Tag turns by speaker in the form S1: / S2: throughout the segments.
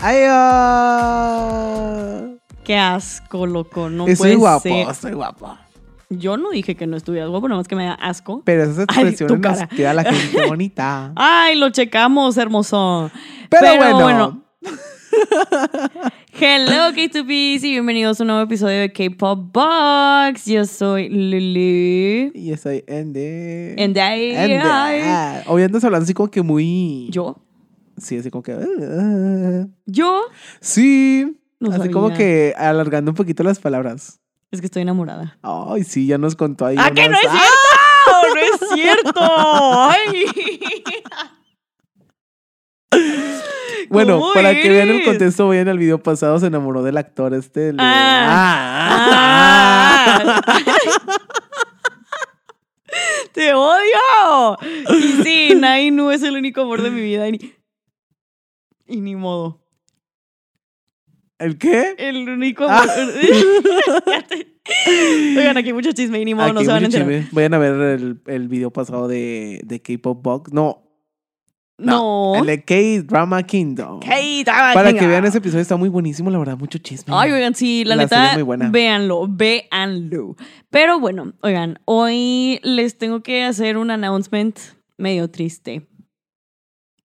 S1: ¡Ay! ah.
S2: Qué asco, loco. No
S1: Y
S2: puede
S1: soy guapo,
S2: ser.
S1: soy guapo.
S2: Yo no dije que no estuvieras guapo, nada más que me da asco.
S1: Pero esas
S2: Ay, tu
S1: expresiones nos
S2: cara.
S1: queda la gente bonita.
S2: Ay, lo checamos, hermoso.
S1: Pero, bueno,
S2: Hello, K2Ps y bienvenidos a un nuevo episodio de K-Pop Box. Yo soy Lulu.
S1: Y yo soy Andy.
S2: And I-
S1: Andy. Hoy andas hablando así como que muy.
S2: ¿Yo?
S1: Sí, así como que. "Ah".
S2: ¿Yo?
S1: Sí.
S2: No
S1: así
S2: sabía.
S1: como que alargando un poquito las palabras.
S2: Es que estoy enamorada.
S1: Ay, sí, ya nos contó ahí.
S2: ¡Ah, que no
S1: unas-
S2: es cierto! ¡No es cierto! ¡Ay!
S1: Bueno,
S2: ¿Cómo
S1: para que vean el
S2: eres?
S1: contexto, hoy en el video pasado se enamoró del actor este. el de- Ah.
S2: Ah. ¡Te odio! Y sí, Nainu es el único amor de mi vida. Y ni, y ni modo.
S1: ¿El qué?
S2: El único
S1: Ah.
S2: amor. Oigan, aquí hay mucho chisme y ni modo, no
S1: Aquí,
S2: se van a
S1: mucho
S2: enterar.
S1: Ah, chisme. Vayan a ver el, el video pasado de, de K-Pop Box. No,
S2: No.
S1: el de K-Drama Kingdom.
S2: Hey,
S1: Para
S2: venga.
S1: que vean ese episodio, está muy buenísimo, la verdad, mucho chisme.
S2: Ay, oigan, sí, la,
S1: La serie es
S2: neta,
S1: muy buena.
S2: véanlo, véanlo. Pero bueno, oigan, hoy les tengo que hacer un announcement medio triste.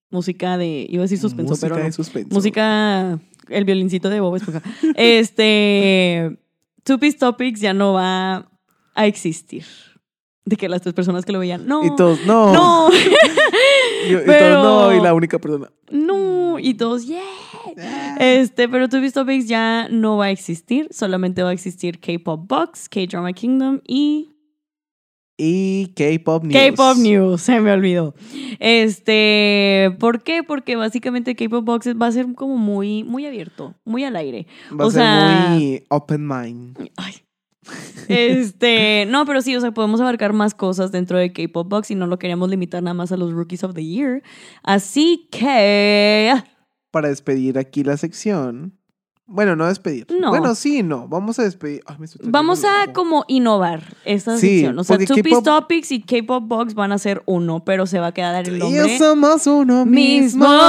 S2: Música de, iba a decir suspenso,
S1: Música
S2: pero no.
S1: de suspenso.
S2: Música, el violincito de Bob Esponja. este, Two Piece Topics ya no va a existir. De que las tres personas que lo veían, no,
S1: Y todos, no.
S2: no,
S1: Y- y todos,
S2: pero-
S1: no. Y la única persona.
S2: no, y todos, yeah. Este, pero Two Piece Topics ya no va a existir, solamente va a existir K-Pop Box, K-Drama Kingdom y
S1: Y K-Pop News.
S2: K-Pop News, se me olvidó. Este, ¿por qué? Porque básicamente K-Pop Box va a ser como muy muy abierto, muy al aire.
S1: Va a
S2: o
S1: ser
S2: sea-
S1: muy open mind.
S2: Ay. Este, no, pero sí, o sea, podemos abarcar más cosas dentro de K-Pop Box y no lo queríamos limitar nada más a los Rookies of the Year. Así que ah,
S1: para despedir aquí la sección. Bueno, no despedir.
S2: No.
S1: Bueno, sí, no. Vamos a despedir. Ay, me estoy tocando
S2: Vamos
S1: el
S2: a
S1: ojo.
S2: como innovar esta
S1: Sí,
S2: sección. O sea,
S1: porque
S2: Two Piece
S1: K-pop-
S2: Topics y K-Pop Box van a ser uno, pero se va a quedar el
S1: Y
S2: nombre
S1: somos uno mismo.
S2: mismo.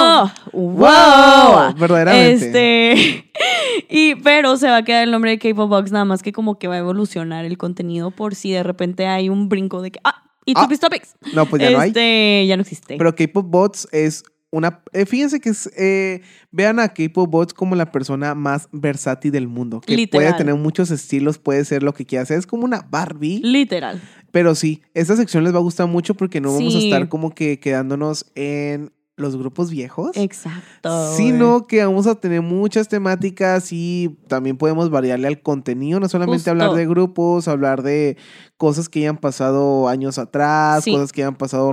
S1: ¡Wow!
S2: ¡Wow!
S1: Verdaderamente.
S2: Este. Y, pero se va a quedar el nombre de K-Pop Box, nada más que como que va a evolucionar el contenido por si de repente hay un brinco de que. ¡Ah! Y Two
S1: Ah,
S2: Piece Topics.
S1: No, pues ya no hay.
S2: este, ya no existe.
S1: Pero K-Pop Bots es una. eh, fíjense que es. eh, vean a K-Pop Bots como la persona más versátil del mundo. Que puede
S2: Literal.
S1: tener muchos estilos, puede ser lo que quiera hacer. Es como una Barbie.
S2: Literal.
S1: Pero sí, esta sección les va a gustar mucho porque no vamos a
S2: Sí.
S1: estar como que quedándonos en los grupos viejos.
S2: Exacto.
S1: sino que vamos a tener muchas temáticas y también podemos variarle al contenido, no solamente
S2: Justo.
S1: hablar de grupos, hablar de cosas que ya han pasado años atrás,
S2: Sí.
S1: cosas que ya han pasado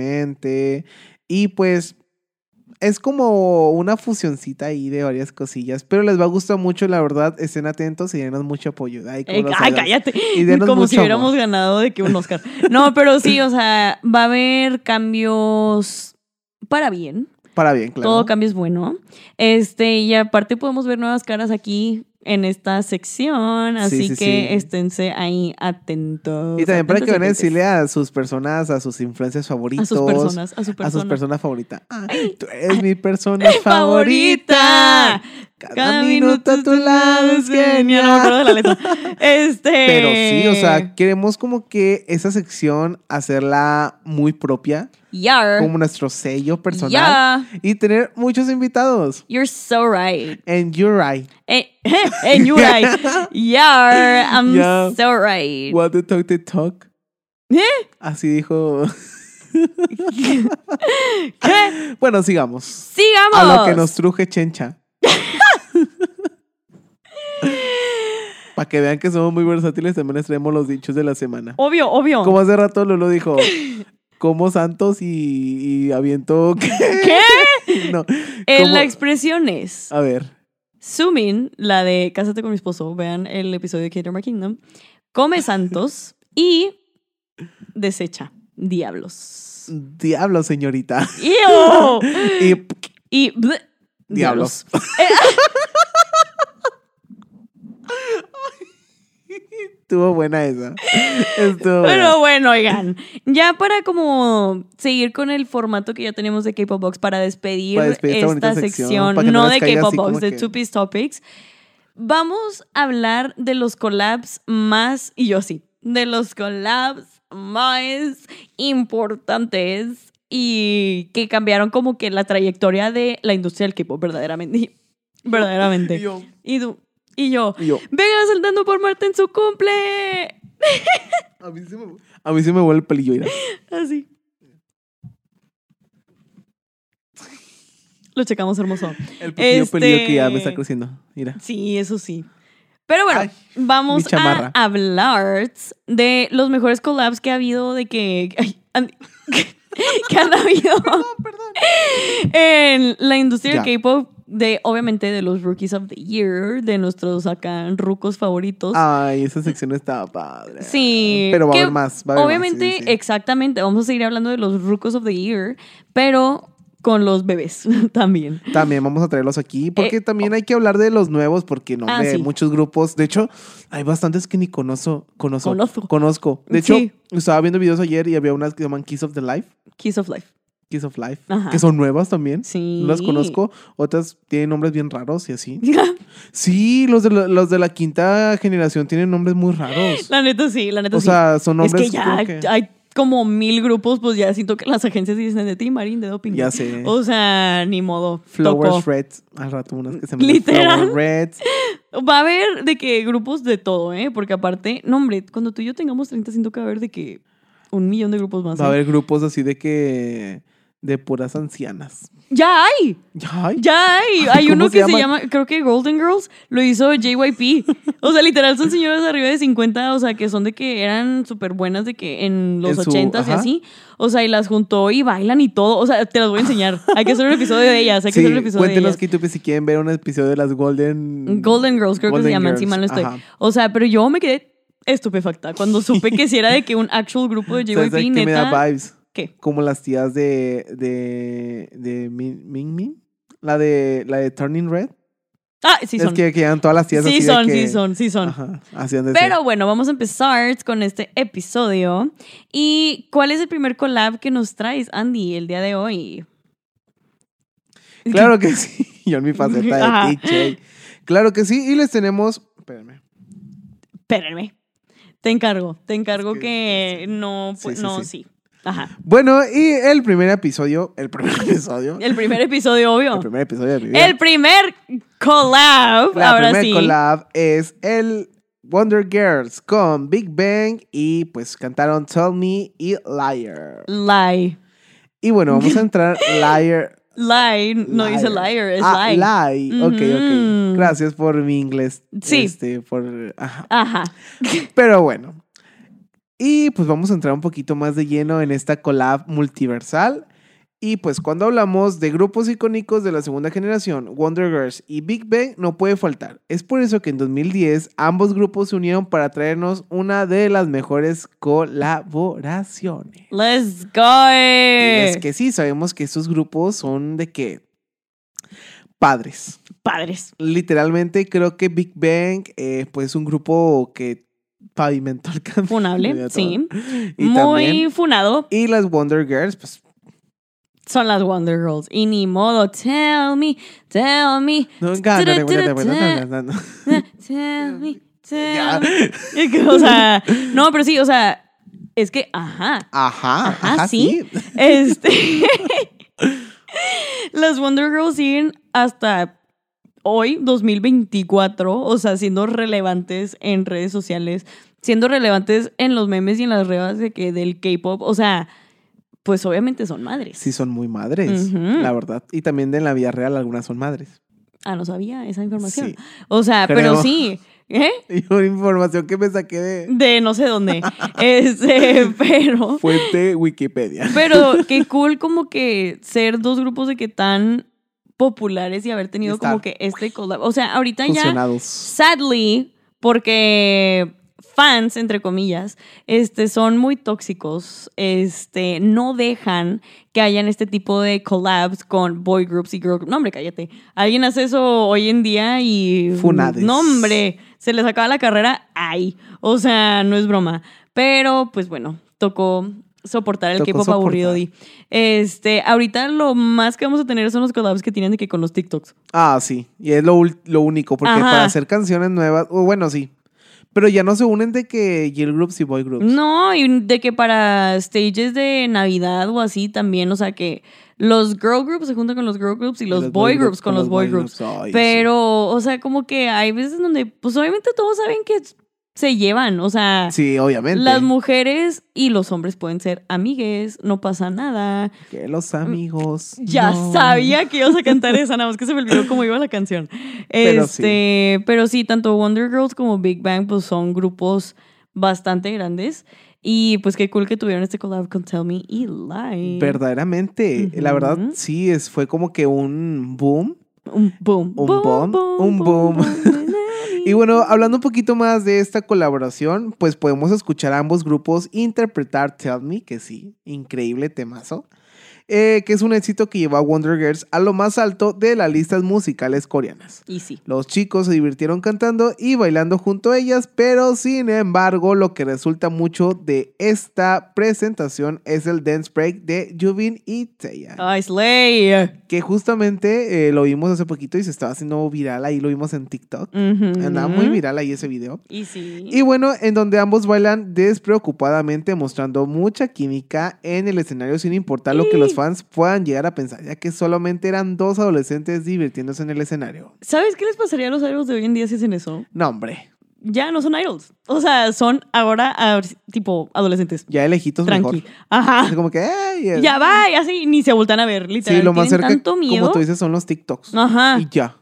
S1: recientemente y pues es como una fusioncita ahí de varias cosillas, pero les va a gustar mucho, la verdad, estén atentos y denos mucho apoyo. Ay, cómo
S2: Eh,
S1: los
S2: ay,
S1: idols.
S2: cállate.
S1: Y denos
S2: Como
S1: mucho
S2: si hubiéramos
S1: amor.
S2: ganado de que un Oscar. No, pero sí, o sea, va a haber cambios para bien.
S1: Para bien, claro.
S2: Todo cambio es bueno. Este, y aparte podemos ver nuevas caras aquí en esta sección.
S1: Sí,
S2: Así
S1: sí,
S2: que
S1: sí.
S2: esténse ahí atentos.
S1: y también para que
S2: atentos,
S1: van a
S2: atentos.
S1: decirle a sus personas, a sus influencias
S2: a
S1: favoritos,
S2: sus personas, a su
S1: a sus
S2: persona.
S1: personas favoritas. Ah, tú eres mi persona favorita.
S2: favorita.
S1: Cada, minuto a tu lado es
S2: Ya no me
S1: genial.
S2: acuerdo de la letra. Este.
S1: Pero sí, o sea, queremos como que esa sección hacerla muy propia,
S2: Yar.
S1: como nuestro sello personal.
S2: Ya.
S1: Y tener muchos invitados.
S2: You're so right.
S1: And you're right.
S2: Eh, and you're right. Yar. I'm
S1: Ya.
S2: so right.
S1: What the talk the talk.
S2: ¿Eh?
S1: Así dijo.
S2: ¿Qué?
S1: Bueno, sigamos.
S2: Sigamos.
S1: A lo que nos truje Chencha. Para que vean que somos muy versátiles, también les traemos los dichos de la semana.
S2: Obvio, obvio.
S1: Como hace rato Lolo dijo, como Santos y, y aviento.
S2: ¿Qué?
S1: No.
S2: Eh,
S1: como-
S2: la expresión es
S1: A ver.
S2: Sumin, la de Cásate con mi esposo, vean el episodio de K-Drama Kingdom, come santos y desecha diablos.
S1: Diablo, señorita.
S2: ¡Ew!
S1: Y
S2: Y bleh,
S1: Diablos.
S2: Eh,
S1: Estuvo buena esa. Estuvo buena.
S2: Pero bueno, oigan, ya para como seguir con el formato que ya tenemos de K-Pop Box para despedir,
S1: Para despedir esta
S2: esta,
S1: bonita sección,
S2: sección,
S1: para que no
S2: no,
S1: les
S2: de
S1: caiga
S2: K-Pop
S1: así como
S2: Box, de
S1: que-
S2: Two Piece Topics, vamos a hablar de los collabs más, y yo sí, de los collabs más importantes y que cambiaron como que la trayectoria de la industria del K-Pop verdaderamente. Verdaderamente.
S1: Y yo,
S2: Y tú, y yo,
S1: y yo,
S2: vengan saltando por Marta en su cumple.
S1: a mí se me, a mí se me vuelve el pelillo, mira.
S2: Así. Lo checamos hermoso.
S1: El pelillo,
S2: Este-
S1: pelillo que ya me está creciendo. Mira.
S2: Sí, eso sí. Pero bueno,
S1: Ay, mi
S2: vamos
S1: chamarra.
S2: a hablar de los mejores collabs que ha habido de que. ay, han- que han habido
S1: perdón.
S2: en la industria
S1: Ya.
S2: del K-pop, de obviamente de los Rookies of the Year, de nuestros acá rucos favoritos.
S1: Ay, esa sección estaba padre.
S2: Sí.
S1: Pero va a
S2: que
S1: haber más. va a haber más,
S2: obviamente,
S1: sí, sí.
S2: exactamente. Vamos a seguir hablando de los Rucos of the Year, pero con los bebés también.
S1: También vamos a traerlos aquí, porque
S2: Eh,
S1: también hay que hablar de los nuevos, porque no,
S2: Ah,
S1: hombre, hay
S2: sí.
S1: muchos grupos. De hecho, hay bastantes que ni conozco. Conozco.
S2: Conozco.
S1: conozco. De hecho,
S2: Sí.
S1: estaba viendo videos ayer y había unas que se llaman Kiss of the Life,
S2: Kiss of Life.
S1: Kiss of Life,
S2: Ajá.
S1: que son nuevas también.
S2: Sí.
S1: No las conozco. Otras tienen nombres bien raros y así. Sí, los de la, los de la quinta generación tienen nombres muy raros.
S2: la neta sí, la neta
S1: o
S2: sí.
S1: sea, son
S2: es
S1: nombres
S2: que ya
S1: creo que-
S2: hay como mil grupos, pues ya siento que las agencias dicen de ti, Marín, de doping.
S1: Ya sé.
S2: O sea, ni modo.
S1: Flowers
S2: tocó.
S1: Reds. Al rato unas que se llaman
S2: Literal.
S1: Flower Reds.
S2: Va a haber de que grupos de todo, ¿eh? Porque aparte, no, hombre, cuando tú y yo tengamos 30, siento que va a haber de que un millón de grupos más.
S1: Va a
S2: ¿eh?
S1: haber grupos así de que... De puras ancianas.
S2: ¡Ya hay!
S1: Ay,
S2: Ya hay,
S1: Ay,
S2: hay
S1: ¿cómo
S2: uno
S1: se
S2: que se
S1: llama?
S2: llama, creo que Golden Girls lo hizo JYP. O sea, literal son señoras arriba de 50, o sea, que son de que eran súper buenas de que en los
S1: En su-
S2: 80s y
S1: ajá.
S2: así. O sea, y las juntó y bailan y todo. O sea, te las voy a enseñar. Hay que hacer un episodio de ellas, hay que
S1: Sí,
S2: hacer un episodio de
S1: cuéntenos
S2: ellas.
S1: que si quieren ver un episodio de las Golden...
S2: Golden Girls creo que
S1: Golden
S2: se llaman, si
S1: Girls,
S2: mal no estoy.
S1: ajá.
S2: O sea, pero yo me quedé estupefacta cuando supe que si era de que un actual grupo de
S1: ¿Sabes
S2: JYP,
S1: qué me da
S2: neta.
S1: vibes?
S2: ¿Qué?
S1: Como las tías de... De... De Min Min. Min? La de... La de Turning Red.
S2: Ah, sí
S1: es
S2: son.
S1: que quedan todas las tías así
S2: Sí
S1: de
S2: son,
S1: que-
S2: sí son, sí son.
S1: Ajá, así han de ser.
S2: Pero bueno, vamos a empezar con este episodio. ¿Y cuál es el primer collab que nos traes, Andy, el día de hoy?
S1: Claro que sí. Yo en mi faceta
S2: Ajá.
S1: de DJ. Claro que sí. Y les tenemos. Espérame.
S2: Espérenme. Te encargo, te encargo
S1: Es que-
S2: que, no,
S1: Sí,
S2: pues,
S1: sí,
S2: no,
S1: sí.
S2: sí. Ajá.
S1: Bueno, y el primer episodio. El primer episodio.
S2: El primer episodio,
S1: El
S2: obvio.
S1: primer episodio de mi vida.
S2: El primer collab,
S1: La
S2: ahora
S1: primer
S2: sí.
S1: collab es el Wonder Girls con Big Bang. Y pues cantaron Tell Me y Liar.
S2: Lie.
S1: Y bueno, vamos a entrar Liar.
S2: Lie, no dice liar, es lie.
S1: Ah, lie. Ok, ok.
S2: Ujú.
S1: Gracias por mi inglés.
S2: Sí.
S1: Este, por. Ajá.
S2: Ajá.
S1: Pero bueno. Y pues vamos a entrar un poquito más de lleno en esta collab multiversal. Y pues cuando hablamos de grupos icónicos de la segunda generación, Wonder Girls y Big Bang no puede faltar. Es por eso que en 2010 ambos grupos se unieron para traernos una de las mejores colaboraciones.
S2: Let's go.
S1: Y
S2: Eh.
S1: es que sí, sabemos que estos grupos son de que padres
S2: Padres.
S1: literalmente creo que Big Bang eh, pues es un grupo que pavimentó el camino.
S2: Funable,
S1: de todo.
S2: sí.
S1: Y
S2: Muy
S1: también-
S2: funado,
S1: y las Wonder Girls, pues
S2: Son las Wonder Girls. Y ni modo. Tell me, tell me,
S1: no no, no, no, no, no, no, no, no.
S2: tell me,
S1: Ya.
S2: tell me. Es que, O sea, no, pero sí, o sea, es que, ajá.
S1: Ajá,
S2: Ajá,
S1: ajá, sí.
S2: Ah, sí. Este. las Wonder Girls siguen hasta hoy, 2024, o sea, siendo relevantes en redes sociales, siendo relevantes en los memes y en las redes de que del K-pop, o sea, pues obviamente son madres.
S1: Sí son muy madres,
S2: Ujú.
S1: la verdad. Y también en la vida real algunas son madres.
S2: Ah, no sabía esa información.
S1: Sí.
S2: O sea,
S1: Creo.
S2: pero sí, ¿eh?
S1: Y una información que me saqué de
S2: De no sé dónde. Este, pero,
S1: fuente Wikipedia.
S2: pero qué cool como que ser dos grupos de que tan populares y haber tenido
S1: Estar.
S2: como que este collab. O sea, ahorita ya,
S1: Fusionados.
S2: sadly, porque fans, entre comillas, este, son muy tóxicos, este, no dejan que hayan este tipo de collabs con boy groups y girl groups. No, hombre, cállate. Alguien hace eso hoy en día y...
S1: Funades.
S2: No, hombre, se les acaba la carrera, ay. O sea, no es broma. Pero, pues bueno, tocó soportar el
S1: Tocó
S2: K-pop
S1: soportar.
S2: aburrido. Di. Este, ahorita lo más que vamos a tener son los collabs que tienen de que con los TikToks.
S1: Ah, sí. Y es lo, ul- lo único, porque
S2: Ajá.
S1: para hacer canciones nuevas, o bueno, sí. Pero ya no se unen de que girl groups y boy groups.
S2: No, y de que para stages de Navidad o así también, o sea que los girl groups se juntan con los girl groups y los, boy, groups con los boy groups.
S1: Ay, sí.
S2: Pero, o sea, como que hay veces donde, pues obviamente todos saben que se llevan, o sea,
S1: Sí, obviamente.
S2: las mujeres y los hombres pueden ser amigues, no pasa nada.
S1: Que los amigos.
S2: Ya
S1: no.
S2: sabía que ibas a cantar esa, nada más que se me olvidó cómo iba la canción.
S1: Pero
S2: este, pero sí, tanto Wonder Girls como Big Bang pues son grupos bastante grandes y pues qué cool que tuvieron este collab con Tell Me y Lie.
S1: Verdaderamente.
S2: Ujú.
S1: La verdad, sí, es, fue como que un boom.
S2: Un boom,
S1: Un boom, un boom. Y bueno, hablando un poquito más de esta colaboración, pues podemos escuchar a ambos grupos interpretar Tell Me, que sí, increíble temazo, eh, que es un éxito que llevó a Wonder Girls a lo más alto de las listas musicales coreanas.
S2: y sí.
S1: Los chicos se divirtieron cantando y bailando junto a ellas, pero sin embargo, lo que resulta mucho de esta presentación es el dance break de Jubin y Taeyeon
S2: Ay, Slay.
S1: que justamente eh, lo vimos hace poquito y se estaba haciendo viral ahí, lo vimos en TikTok.
S2: Ujú.
S1: Andaba muy viral ahí ese video.
S2: Y sí.
S1: Y bueno, en donde ambos bailan despreocupadamente, mostrando mucha química en el escenario sin importar lo que los fans puedan llegar a pensar, ya que solamente eran dos adolescentes divirtiéndose en el escenario.
S2: ¿Sabes qué les pasaría a los idols de hoy en día si hacen eso?
S1: No, hombre,
S2: Ya no son idols. O sea, son ahora ah, tipo adolescentes.
S1: ya de lejitos
S2: Tranqui.
S1: mejor.
S2: Ajá.
S1: Es como que, ¡ey!
S2: Ya va, y así ni se voltan a ver, literal.
S1: Sí, lo más
S2: Tienen
S1: cerca,
S2: tanto miedo.
S1: como tú dices, son los TikToks.
S2: Ajá.
S1: Y ya.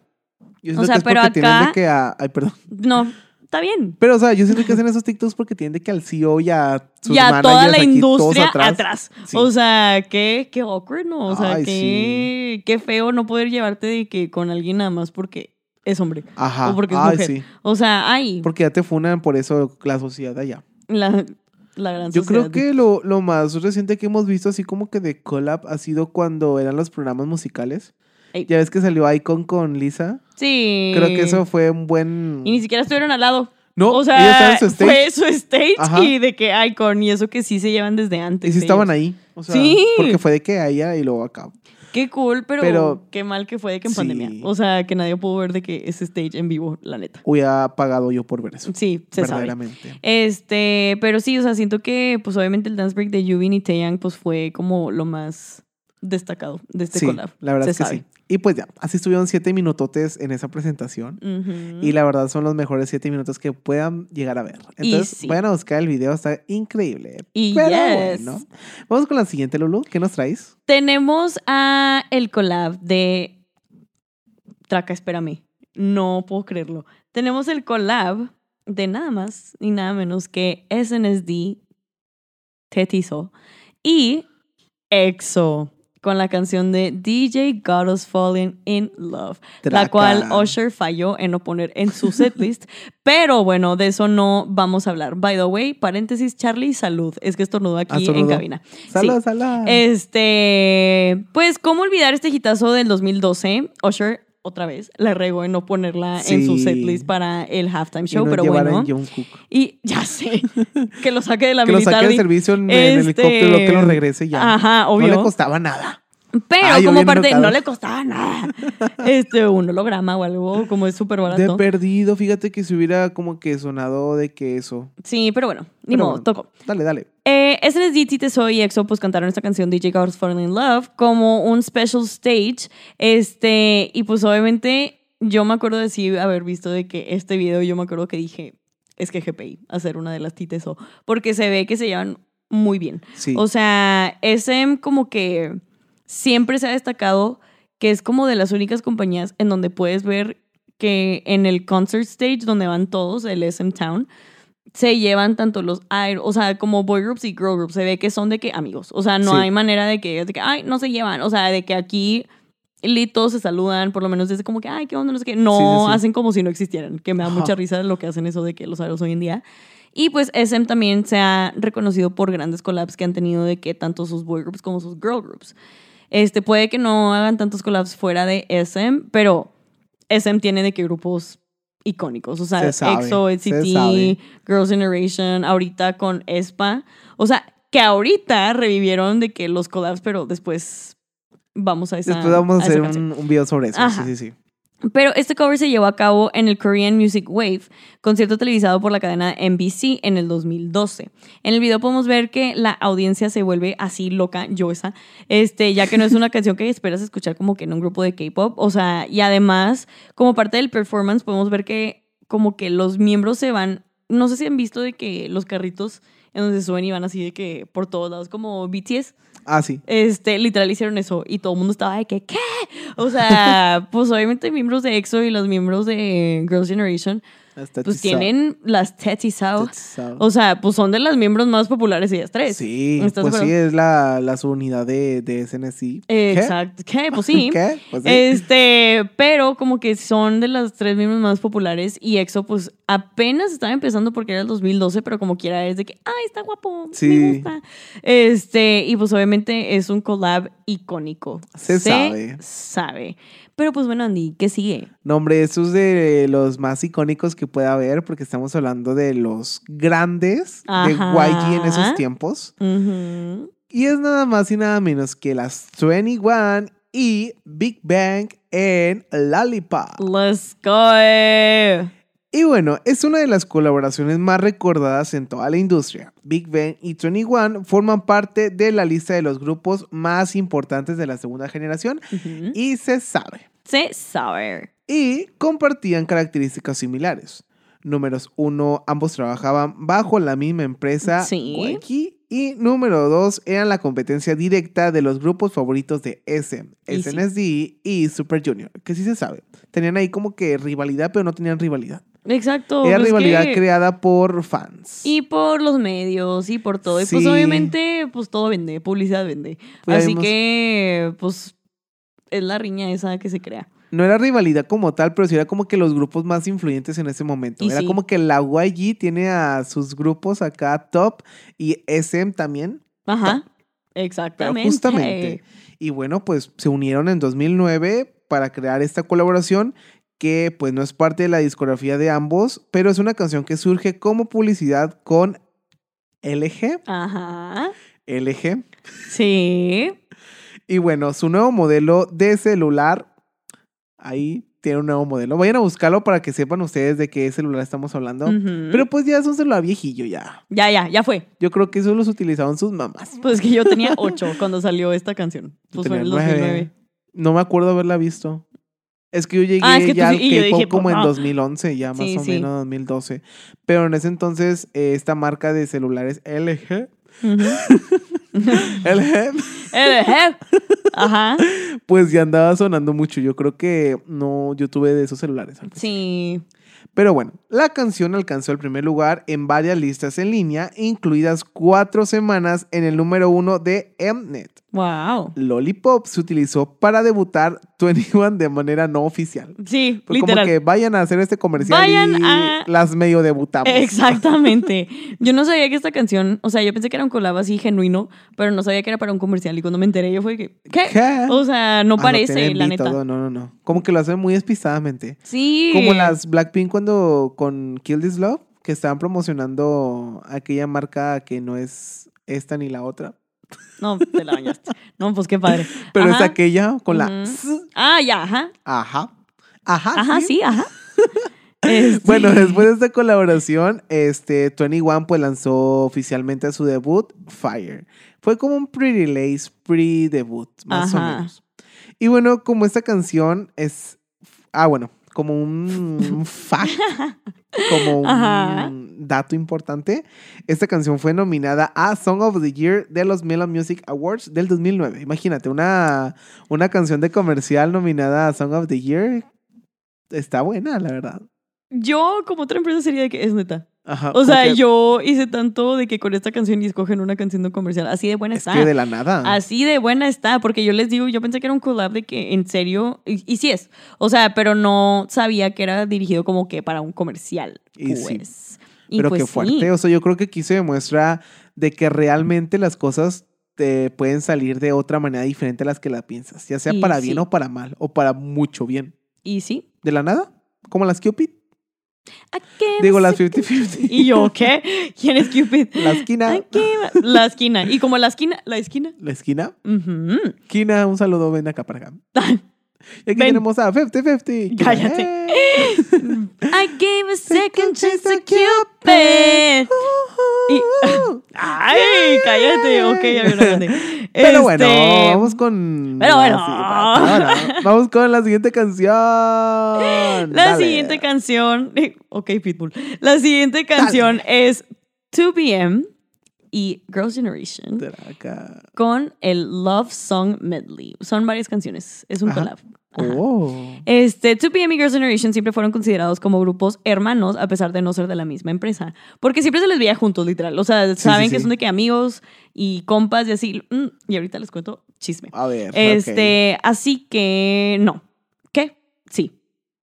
S1: Yo siento
S2: sea,
S1: que es
S2: pero
S1: porque tienen de
S2: acá-
S1: que a- Ay, perdón.
S2: No, está bien.
S1: Pero, o sea, yo siento que hacen esos TikToks porque tienen de que al CEO y a sus
S2: y a toda
S1: managers
S2: la
S1: aquí,
S2: industria
S1: todos
S2: atrás.
S1: Sí.
S2: O sea, qué, qué awkward, ¿no? O sea,
S1: Ay,
S2: qué, qué feo no poder llevarte de que con alguien nada más porque es hombre.
S1: Ajá.
S2: o porque es
S1: Ay,
S2: mujer.
S1: sí.
S2: O sea, ay,
S1: Porque ya te funan por eso la sociedad allá.
S2: la, la gran
S1: Yo creo
S2: sociedad.
S1: que lo, lo más reciente que hemos visto, así como que de collab, ha sido cuando eran los programas musicales.
S2: Ey.
S1: Ya ves que salió Icon con Lisa.
S2: Sí.
S1: Creo que eso fue un buen.
S2: Y ni siquiera estuvieron al lado.
S1: No,
S2: o
S1: ellos estaban
S2: sea,
S1: en su stage.
S2: fue su stage
S1: Ajá.
S2: y de que Icon y eso que sí se llevan desde antes.
S1: Y sí
S2: ellos.
S1: estaban ahí. O sea,
S2: Sí.
S1: Porque fue de que allá y luego acá.
S2: Qué cool, pero,
S1: Pero-
S2: qué mal que fue de que en
S1: Sí.
S2: pandemia. O sea, que nadie pudo ver de que ese stage en vivo, la neta.
S1: Hubiera pagado yo por ver eso.
S2: Sí, se sabe.
S1: verdaderamente.
S2: Este, pero sí, o sea, siento que, pues obviamente el dance break de Yubin y Taeyang, pues fue como lo más destacado de este
S1: sí,
S2: collab.
S1: la verdad
S2: se
S1: es que
S2: sabe.
S1: sí. Y pues ya, así estuvieron siete minutotes en esa presentación.
S2: Ujú.
S1: Y la verdad son los mejores siete minutos que puedan llegar a ver.
S2: Y
S1: Entonces,
S2: sí.
S1: vayan a buscar el video, está increíble.
S2: Y
S1: Pero
S2: yes.
S1: bueno, vamos con la siguiente, Lulu. ¿Qué nos traes?
S2: Tenemos a el collab de Traca, espérame. No puedo creerlo. Tenemos el collab de nada más y nada menos que SNSD Tetizo y EXO con la canción de DJ Got Us Falling in Love, la
S1: Traca.
S2: cual oh, Usher falló en no poner en su setlist, pero bueno, de eso no vamos a hablar. By the way, paréntesis, Charlie, salud. Es que estornudó aquí en
S1: Estornudó.
S2: cabina.
S1: Salud, salud.
S2: Este, pues, ¿cómo olvidar este hitazo del 2012? Usher, otra vez, la regó en no ponerla en su
S1: Sí.
S2: setlist para el
S1: Y
S2: halftime
S1: no
S2: show, pero
S1: llevar a
S2: bueno.
S1: Jungkook.
S2: Y ya sé, que lo saque de la
S1: Que lo saque
S2: militar.
S1: del servicio en, en el
S2: Este,
S1: helicóptero, que lo regrese ya.
S2: Ajá, obvio.
S1: No le costaba nada.
S2: pero
S1: Ay, yo
S2: como
S1: bien
S2: parte,
S1: enojado.
S2: no le costaba nada. Este, un holograma o algo, como es súper
S1: De
S2: barato.
S1: perdido, fíjate que si hubiera como que sonado de que eso.
S2: sí, pero bueno, ni
S1: Pero
S2: modo,
S1: bueno.
S2: tocó.
S1: Dale, dale.
S2: Eh, SNSD, Titeso y EXO pues cantaron esta canción DJ Girls Falling in Love como un special stage. Este, y pues obviamente yo me acuerdo de sí haber visto de que este video yo me acuerdo que dije, es que GPI, hacer una de las Titeso, porque se ve que se llevan muy bien.
S1: Sí.
S2: O sea, SM como que siempre se ha destacado que es como de las únicas compañías en donde puedes ver que en el concert stage donde van todos, el SM Town, se llevan tanto los idol- o sea, como boy groups y girl groups, se ve que son de que amigos, o sea, no
S1: Sí.
S2: hay manera de que, de que, ay, no se llevan, o sea, de que aquí li, todos se saludan, por lo menos desde como que, ay, qué onda, no sé qué, no
S1: Sí, sí, sí.
S2: hacen como si no existieran, que me da
S1: Ajá.
S2: mucha risa lo que hacen eso de que los idols hoy en día. Y pues SM también se ha reconocido por grandes collabs que han tenido de que tanto sus boy groups como sus girl groups. Este, puede que no hagan tantos collabs fuera de SM, pero SM tiene de que grupos icónicos, o sea,
S1: Se sabe,
S2: EXO,
S1: se sabe.
S2: NCT, Girls Generation, ahorita con Espa, o sea, que ahorita revivieron de que los collabs, pero después vamos a esa
S1: Después vamos a
S2: esa
S1: hacer
S2: canción.
S1: un, un video sobre eso.
S2: Ajá.
S1: Sí, sí, sí.
S2: Pero este cover se llevó a cabo en el Korean Music Wave, concierto televisado por la cadena NBC en el 2012. En el video podemos ver que la audiencia se vuelve así loca, yo esa, este, ya que no es una canción que esperas escuchar como que en un grupo de K-pop, o sea, y además, como parte del performance podemos ver que como que los miembros se van, no sé si han visto de que los carritos en donde se suben y van así de que por todos lados como BTS,
S1: Ah, sí.
S2: este, literal hicieron eso y todo el mundo estaba de que, ¿qué? O sea, pues obviamente miembros de EXO y los miembros de Girls' Generation,
S1: Hasta
S2: pues
S1: Tizao.
S2: tienen las tetis out.
S1: Tizao.
S2: O sea, pues son de las miembros más populares ellas tres.
S1: Sí,
S2: ¿Estás de
S1: pues sí,
S2: acuerdo?
S1: es la, la subunidad de, de SNSD.
S2: Eh,
S1: ¿Qué?
S2: Exacto. ¿Qué? Pues sí.
S1: ¿Qué? Pues sí.
S2: Este, pero como que son de las tres miembros más populares y EXO pues apenas estaba empezando porque era el 2012, pero como quiera es de que, ay, está guapo,
S1: Sí.
S2: me gusta. Este, y pues obviamente es un collab icónico.
S1: Se sabe.
S2: sabe. Pero pues bueno, Andy, ¿qué sigue?
S1: No, hombre, eso es de los más icónicos que puede haber, porque estamos hablando de los grandes de
S2: Ajá.
S1: YG en esos tiempos.
S2: Ujú.
S1: Y es nada más y nada menos que las 21 y Big Bang en Lollipop.
S2: Let's go.
S1: Y bueno, es una de las colaboraciones más recordadas en toda la industria. Big Bang y 21 forman parte de la lista de los grupos más importantes de la segunda generación
S2: Ujú.
S1: y se sabe.
S2: Se sabe.
S1: Y compartían características similares. Números 1, ambos trabajaban bajo la misma empresa
S2: Sí.
S1: YG. Y número 2, eran la competencia directa de los grupos favoritos de SM,
S2: Y sí.
S1: SNSD y Super Junior, que sí se sabe. Tenían ahí como que rivalidad, pero no tenían rivalidad.
S2: Exacto.
S1: Era
S2: pues,
S1: rivalidad
S2: ¿qué?
S1: creada por fans.
S2: Y por los medios y por todo. Y pues
S1: Sí.
S2: obviamente, pues todo vende, publicidad vende.
S1: Pues,
S2: Así
S1: vemos-
S2: que, pues, es la riña esa que se crea.
S1: No era rivalidad como tal, pero sí era como que los grupos más influyentes en ese momento.
S2: Y
S1: era
S2: sí.
S1: como que la YG tiene a sus grupos acá top y SM también,
S2: Ajá.
S1: pero
S2: Exactamente.
S1: justamente. Y bueno, pues se unieron en 2009 para crear esta colaboración que pues no es parte de la discografía de ambos, pero es una canción que surge como publicidad con LG,
S2: Ajá.
S1: LG.
S2: Sí.
S1: Y bueno, su nuevo modelo de celular, ahí tiene un nuevo modelo. Vayan a buscarlo para que sepan ustedes de qué celular estamos hablando.
S2: Ujú.
S1: Pero pues ya es un celular viejillo ya.
S2: Ya, ya, ya fue.
S1: Yo creo que eso los utilizaban sus mamás.
S2: Pues que yo tenía ocho cuando salió esta canción.
S1: Yo
S2: Pues fue en el
S1: tenía nueve.
S2: 2009.
S1: No me acuerdo haberla visto. Es que yo llegué
S2: Ah, es que tú
S1: ya al
S2: sí- y yo
S1: K-pop
S2: dije,
S1: como en
S2: "Ah".
S1: 2011, ya más
S2: Sí,
S1: o
S2: sí.
S1: menos 2012. Pero en ese entonces eh, esta marca de celulares LG,
S2: Ujú.
S1: LG
S2: Eh, eh. Ajá.
S1: pues ya andaba sonando mucho. Yo creo que no, yo tuve de esos celulares. antes.
S2: Sí.
S1: Pero bueno, la canción alcanzó el primer lugar en varias listas en línea, incluidas cuatro semanas en el número uno de Mnet.
S2: Wow.
S1: Lollipop se utilizó para debutar 21 de manera no oficial.
S2: Sí,
S1: Fue
S2: literal.
S1: como que vayan a hacer este comercial
S2: Vayan
S1: y
S2: a-
S1: las medio debutamos.
S2: Exactamente. Yo no sabía que esta canción, o sea, yo pensé que era un collab así genuino, pero no sabía que era para un comercial y cuando me enteré yo fue que, ¿qué?
S1: ¿Qué?
S2: O sea, no
S1: Ah,
S2: parece,
S1: tienen
S2: la
S1: beat,
S2: neta.
S1: todo, No, no, no. Como que lo hacen muy despistadamente.
S2: Sí.
S1: Como las Blackpink cuando con Kill This Love, que estaban promocionando aquella marca que no es esta ni la otra.
S2: No, te la bañaste. No, pues qué padre.
S1: Pero es
S2: Ajá.
S1: aquella con la...
S2: Ujú.
S1: S.
S2: Ah, ya, ajá.
S1: Ajá. Ajá.
S2: Ajá, sí, ajá. Este-
S1: Ah, Bueno, después de esta colaboración, este, 21 pues lanzó oficialmente su debut, Fire. Fue como un pre-release, pre-debut, más o
S2: Ajá.
S1: menos. Y bueno, como esta canción es... Ah, bueno, como un fact, como un
S2: Ajá.
S1: dato importante, esta canción fue nominada a Song of the Year de los Melon Music Awards del 2009. Imagínate, una, una canción de comercial nominada a Song of the Year. Está buena, la verdad.
S2: Yo como otra empresa sería de que es neta.
S1: Ajá,
S2: O sea,
S1: porque
S2: yo hice tanto de que con esta canción y escogen una canción de un comercial. Así de buena
S1: Es
S2: está.
S1: que de la nada.
S2: Así de buena está, porque yo les digo, yo pensé que era un collab de que en serio, y, y sí es, o sea, pero no sabía que era dirigido como que para un comercial.
S1: Y sí.
S2: pues. Y
S1: Pero
S2: pues
S1: qué
S2: sí.
S1: fuerte. O sea, yo creo que aquí se demuestra de que realmente las cosas te pueden salir de otra manera diferente a las que la piensas, ya sea
S2: Y
S1: para
S2: sí.
S1: bien o para mal, o para mucho bien.
S2: Y sí.
S1: ¿De la nada? ¿Como las Cupid?
S2: ¿A qué?
S1: Digo,
S2: No
S1: las
S2: sé-
S1: 50-50.
S2: ¿Y yo qué? ¿Quién es Cupid?
S1: La esquina.
S2: ¿A qué va? La esquina. Y como la esquina, la esquina.
S1: La esquina.
S2: Ujú.
S1: Quina, un saludo, ven acá para acá. Y aquí
S2: Ven.
S1: tenemos a 50-50. Kina,
S2: Cállate.
S1: eh.
S2: I gave a second chance to Cupid.
S1: Cupid.
S2: Y- Ay, cállate. Ok, ya me lo mandé.
S1: Pero bueno,
S2: Este,
S1: vamos con. la
S2: pero bueno.
S1: si- pero bueno, Vamos con la siguiente canción. La
S2: La siguiente canción. Ok, Pitbull. La siguiente canción es 2BM y Girls' Generation
S1: canción.
S2: con el Love Song Medley. Son varias canciones. Es un
S1: Ajá.
S2: collab. Ajá.
S1: Oh.
S2: Este, 2PM y Girls' Generation siempre fueron considerados como grupos hermanos, a pesar de no ser de la misma empresa. Porque siempre se les veía juntos, literal. O sea,
S1: sí,
S2: saben que
S1: sí.
S2: son de que amigos y compas y así. Mm, y ahorita les cuento chisme.
S1: A ver. ok.
S2: Este, así que no. ¿Qué? Sí.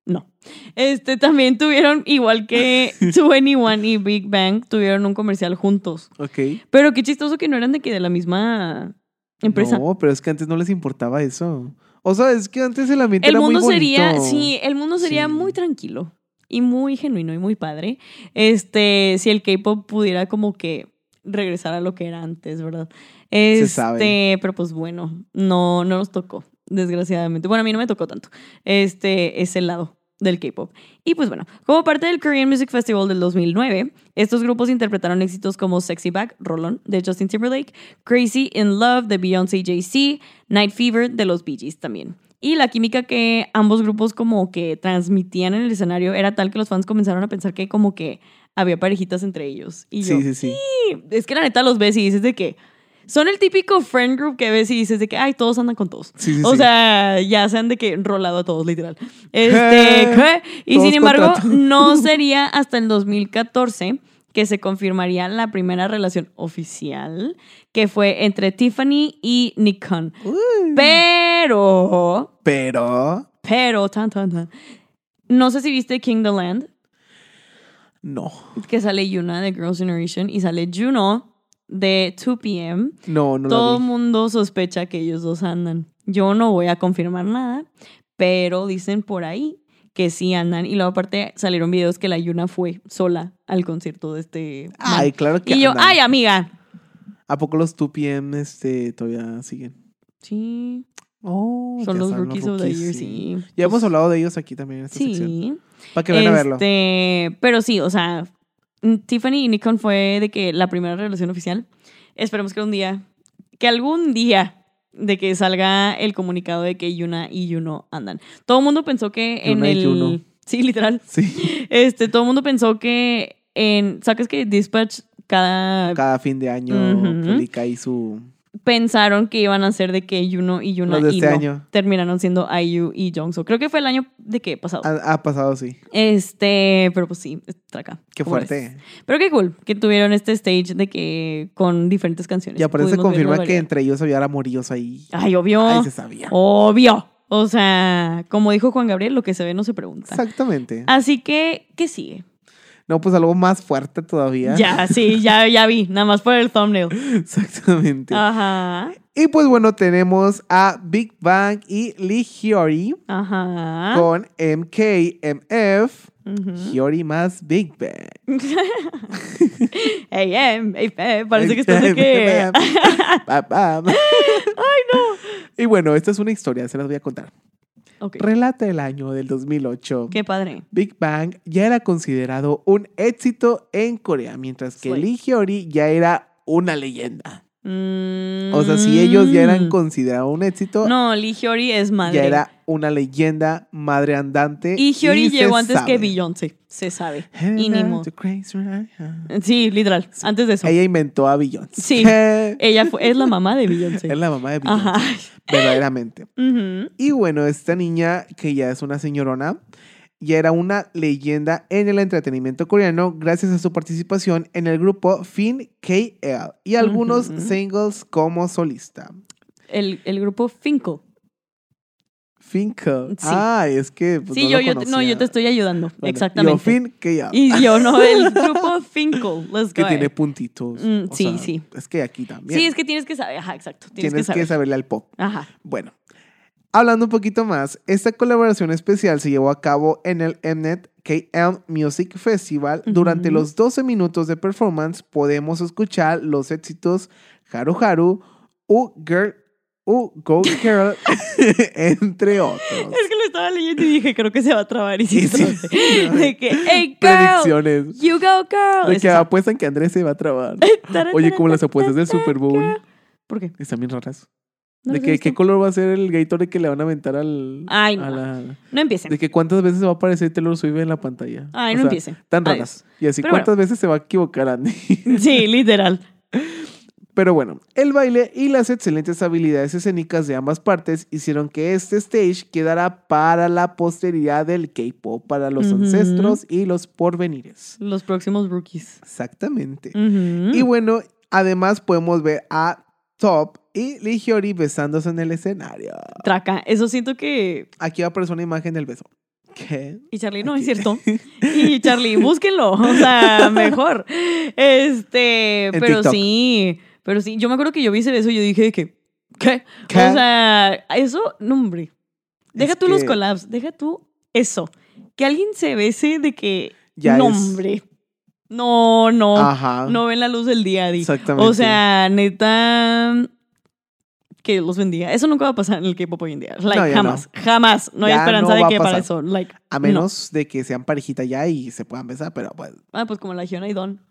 S2: No. Este, también tuvieron, igual que 21 y Big Bang, tuvieron un comercial juntos.
S1: Ok.
S2: Pero qué chistoso que no eran de que de la misma empresa.
S1: No, pero es que antes no les importaba eso. O sea, es que antes el ambiente
S2: el
S1: era
S2: mundo
S1: muy
S2: sería,
S1: bonito.
S2: sí, el mundo sería
S1: Sí.
S2: muy tranquilo y muy genuino y muy padre. Este, si el K-pop pudiera como que regresar a lo que era antes, ¿verdad? Este,
S1: sabe.
S2: pero pues bueno, no no nos tocó, desgraciadamente. Bueno, a mí no me tocó tanto. Este es el lado del K-pop. Y pues bueno, como parte del Korean Music Festival del 2009, estos grupos interpretaron éxitos como Sexy Back, Rolón, de Justin Timberlake, Crazy in Love, de Beyoncé y Jay-Z, Night Fever, de los Bee Gees también. Y la química que ambos grupos como que transmitían en el escenario era tal que los fans comenzaron a pensar que como que había parejitas entre ellos. Y yo,
S1: Sí, sí, sí.
S2: es que la neta los ves y dices de que son el típico friend group que ves y dices de que, ay, todos andan con todos.
S1: Sí, sí,
S2: O
S1: sí.
S2: sea, ya se han de que enrolado a todos, literal. Este,
S1: Eh,
S2: ¿qué? Y
S1: todos
S2: sin embargo,
S1: contra todos.
S2: no sería hasta el 2014 que se confirmaría la primera relación oficial, que fue entre Tiffany y Nikon.
S1: Uy,
S2: Pero,
S1: Pero.
S2: pero, tan, tan, tan. No sé si viste King the Land,
S1: No.
S2: que sale Yuna de Girls' Generation y sale Juno de 2PM.
S1: No, no
S2: Todo
S1: lo
S2: el
S1: vi.
S2: mundo sospecha que ellos dos andan. Yo no voy a confirmar nada, pero dicen por ahí que sí andan. Y luego aparte salieron videos que la Yuna fue sola al concierto de este... man.
S1: Ay, claro que
S2: y yo,
S1: andan.
S2: ay, amiga.
S1: ¿A poco los 2PM este, todavía siguen?
S2: Sí,
S1: Oh,
S2: son
S1: ya
S2: los
S1: están
S2: rookies of the year,
S1: rookies,
S2: sí.
S1: Ya hemos
S2: Pues,
S1: hablado de ellos aquí también en esta sección.
S2: Sí.
S1: Para que vayan a verlo.
S2: Este, pero sí, o sea, mm, Tiffany y Nikon fue de que la primera relación oficial. Esperemos que un día, que algún día de que salga el comunicado de que Yuna y Yuno andan. Todo el mundo pensó que en
S1: Yuna y
S2: el
S1: Yuno.
S2: Sí, literal.
S1: Sí,
S2: Este, todo el mundo pensó que en sabes que Dispatch cada
S1: cada fin de año
S2: Ujú.
S1: publica ahí su...
S2: pensaron que iban a ser de que Yuno y Yuna
S1: Los de
S2: y
S1: este
S2: no.
S1: año.
S2: terminaron siendo IU y Jongso. Creo que fue el año de que pasado.
S1: Ha, ha pasado, sí.
S2: Este, pero pues sí, está acá.
S1: Qué
S2: ¿Cómo ves?
S1: fuerte.
S2: Pero qué cool que tuvieron este stage de que con diferentes canciones.
S1: Y aparte se
S2: Pudimos ver
S1: confirma
S2: la
S1: que
S2: variedad. Ah,
S1: entre ellos había amoríos ahí.
S2: Ay, obvio.
S1: Ahí se sabía.
S2: Obvio. O sea, como dijo Juan Gabriel, lo que se ve no se pregunta.
S1: Exactamente.
S2: Así que, ¿qué sigue?
S1: No, pues algo más fuerte todavía.
S2: Ya, sí, ya, ya vi, nada más por el thumbnail.
S1: Exactamente.
S2: Ah. Ajá,
S1: Y pues bueno, tenemos a Big Bang y Lee Hyori
S2: ajá.
S1: con MKMF.
S2: Ujú.
S1: Hyori más Big Bang.
S2: Ey, em, ey, fe, parece que estás de
S1: em,
S2: que...
S1: Bam, bam. Y bueno, esta es una historia, se las voy a contar.
S2: Ok,
S1: Relata el año del 2008.
S2: Qué padre.
S1: Big Bang ya era considerado un éxito en Corea, mientras que
S2: Slay.
S1: Lee Hyori ya era una leyenda. O
S2: O
S1: sea, si ellos ya eran considerados un éxito,
S2: Mm. No, Lee Hyori es madre.
S1: ya era una leyenda madre andante.
S2: Y Hyori
S1: se
S2: llegó antes que
S1: sabe.
S2: Beyoncé, se sabe.
S1: And
S2: Y ni
S1: I'm
S2: modo.
S1: the crazy right hand.
S2: Sí, literal, antes de eso.
S1: Ella inventó a Beyoncé.
S2: Sí. Ella fue, es la mamá de Beyoncé.
S1: Es la mamá de Beyoncé,
S2: Ajá.
S1: verdaderamente.
S2: Ujú.
S1: Y bueno, esta niña, que ya es una señorona, ya era una leyenda en el entretenimiento coreano gracias a su participación en el grupo Finn KL y algunos
S2: Ujú.
S1: singles como solista.
S2: el, el grupo Finkel.
S1: Finca.
S2: Sí.
S1: Ay, es que. pues,
S2: Sí,
S1: no
S2: yo,
S1: lo
S2: yo, te- no,
S1: conocía.
S2: yo te estoy ayudando.
S1: Bueno, Yo,
S2: Exactamente.
S1: Finca, ya.
S2: Y yo no, el grupo Finkel. Let's
S1: que
S2: go.
S1: tiene puntitos.
S2: Mm,
S1: O
S2: sí,
S1: sea,
S2: sí.
S1: Es que aquí también.
S2: Sí, es que tienes que saber. Ajá, exacto. Tienes,
S1: tienes,
S2: que saber.
S1: saberle al pop.
S2: Ajá.
S1: Bueno, hablando un poquito más, esta colaboración especial se llevó a cabo en el Mnet KM Music Festival. Durante
S2: Ujú.
S1: los 12 minutos de performance podemos escuchar los éxitos Haru Haru, U Girl, U Go Girl, entre otros.
S2: Es que lo estaba leyendo y dije, creo que se va a trabar. Y sí,
S1: Sí, sí.
S2: se trabó. De que, hey, girl,
S1: Predicciones.
S2: you go, girl.
S1: De
S2: Es
S1: que
S2: esa.
S1: apuestan que Andrés se va a trabar.
S2: Tarara,
S1: Oye, como las
S2: tarara,
S1: apuestas del
S2: tarara,
S1: Super Bowl.
S2: girl. ¿Por qué?
S1: Están bien raras.
S2: No
S1: de
S2: los he
S1: que, qué
S2: visto.
S1: color va a ser el Gatorade que le van a aventar al.
S2: Ay,
S1: a
S2: no.
S1: la-
S2: No empiecen.
S1: De que cuántas veces se va a aparecer Taylor Swift en la pantalla.
S2: Ay,
S1: O sea,
S2: no empiecen.
S1: Tan
S2: Adiós.
S1: raras. Y así,
S2: Pero
S1: ¿cuántas veces se va a equivocar Andy?
S2: Sí, literal.
S1: Pero bueno, el baile y las excelentes habilidades escénicas de ambas partes hicieron que este stage quedara para la posteridad del K-pop, para los
S2: Ujú.
S1: ancestros y los porvenires.
S2: Los próximos rookies.
S1: Exactamente.
S2: Ujú.
S1: Y bueno, además podemos ver a Top y Lee Hyori besándose en el escenario.
S2: Traca. Eso siento que.
S1: Aquí aparece una imagen del beso. ¿Qué?
S2: Y Charlie, no, es cierto. Y Charlie, búsquenlo. O sea, mejor. Este.
S1: En
S2: pero
S1: TikTok.
S2: sí. Pero sí. Yo me acuerdo que yo vi ese beso y yo dije de que. ¿Qué?
S1: ¿Qué?
S2: O sea, eso, no, hombre. Deja
S1: Es
S2: tú los
S1: que-
S2: collabs. Deja tú eso. Que alguien se bese de que.
S1: Ya
S2: no,
S1: es-
S2: hombre. No, no.
S1: Ajá.
S2: No ven la luz del día a día.
S1: Exactamente.
S2: O sea, neta. Que los bendiga. Eso nunca va a pasar en el K-pop hoy en día. Like,
S1: No, ya
S2: jamás. Jamás. No hay
S1: Ya
S2: esperanza
S1: no
S2: de
S1: va
S2: que
S1: a
S2: para
S1: pasar.
S2: eso. Like,
S1: A menos de que sean parejita ya y se puedan besar, pero pues.
S2: Ah, pues como la Giona y Don.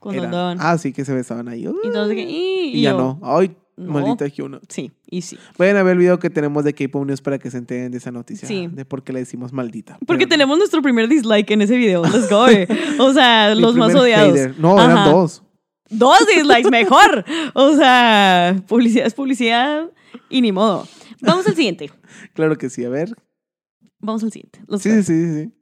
S2: Cuando
S1: eran-
S2: andaban.
S1: Ah, sí, que se besaban ahí.
S2: Pues,
S1: Uh,
S2: y todos de que, "Ih",
S1: Y,
S2: y
S1: ya
S2: yo,
S1: no. Ay,
S2: "No".
S1: maldita Hyuna.
S2: Sí, y sí.
S1: Vayan a ver el video que tenemos de K-Pop News para que se enteren de esa noticia.
S2: Sí.
S1: De por qué le decimos maldita.
S2: Porque
S1: Pero-
S2: tenemos nuestro primer dislike en ese video. Let's go. eh. O sea,
S1: Mi
S2: los más
S1: primer
S2: odiados.
S1: hater. No, eran
S2: Ajá.
S1: dos.
S2: Dos dislikes, mejor. O sea, publicidad es publicidad y ni modo. Vamos al siguiente.
S1: Claro que sí. A ver.
S2: Vamos al siguiente. Let's
S1: Sí,
S2: go.
S1: sí, sí, sí, sí.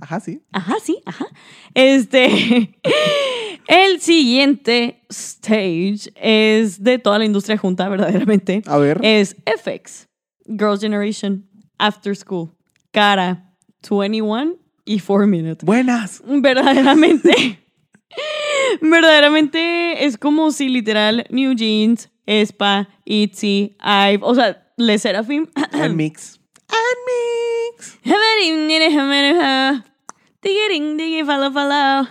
S1: Ajá, sí.
S2: Ajá, sí, ajá. Este. El siguiente stage es de toda la industria junta, verdaderamente.
S1: A ver.
S2: Es FX, Girls' Generation, After School, Cara, 21 y 4 Minute.
S1: Buenas.
S2: Verdaderamente. verdaderamente es como si literal New Jeans, Espa, Itzy, Ive, o sea, Le Seraphim.
S1: And mix. And mix.
S2: Tigirin, digi, fala, fala.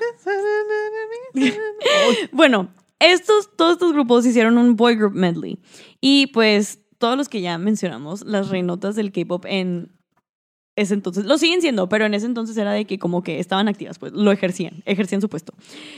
S2: Bueno, estos, todos estos grupos hicieron un boy group medley. Y pues todos los que ya mencionamos, las reinotas del K-pop en ese entonces, lo siguen siendo, pero en ese entonces era de que como que estaban activas, pues lo ejercían, ejercían su puesto.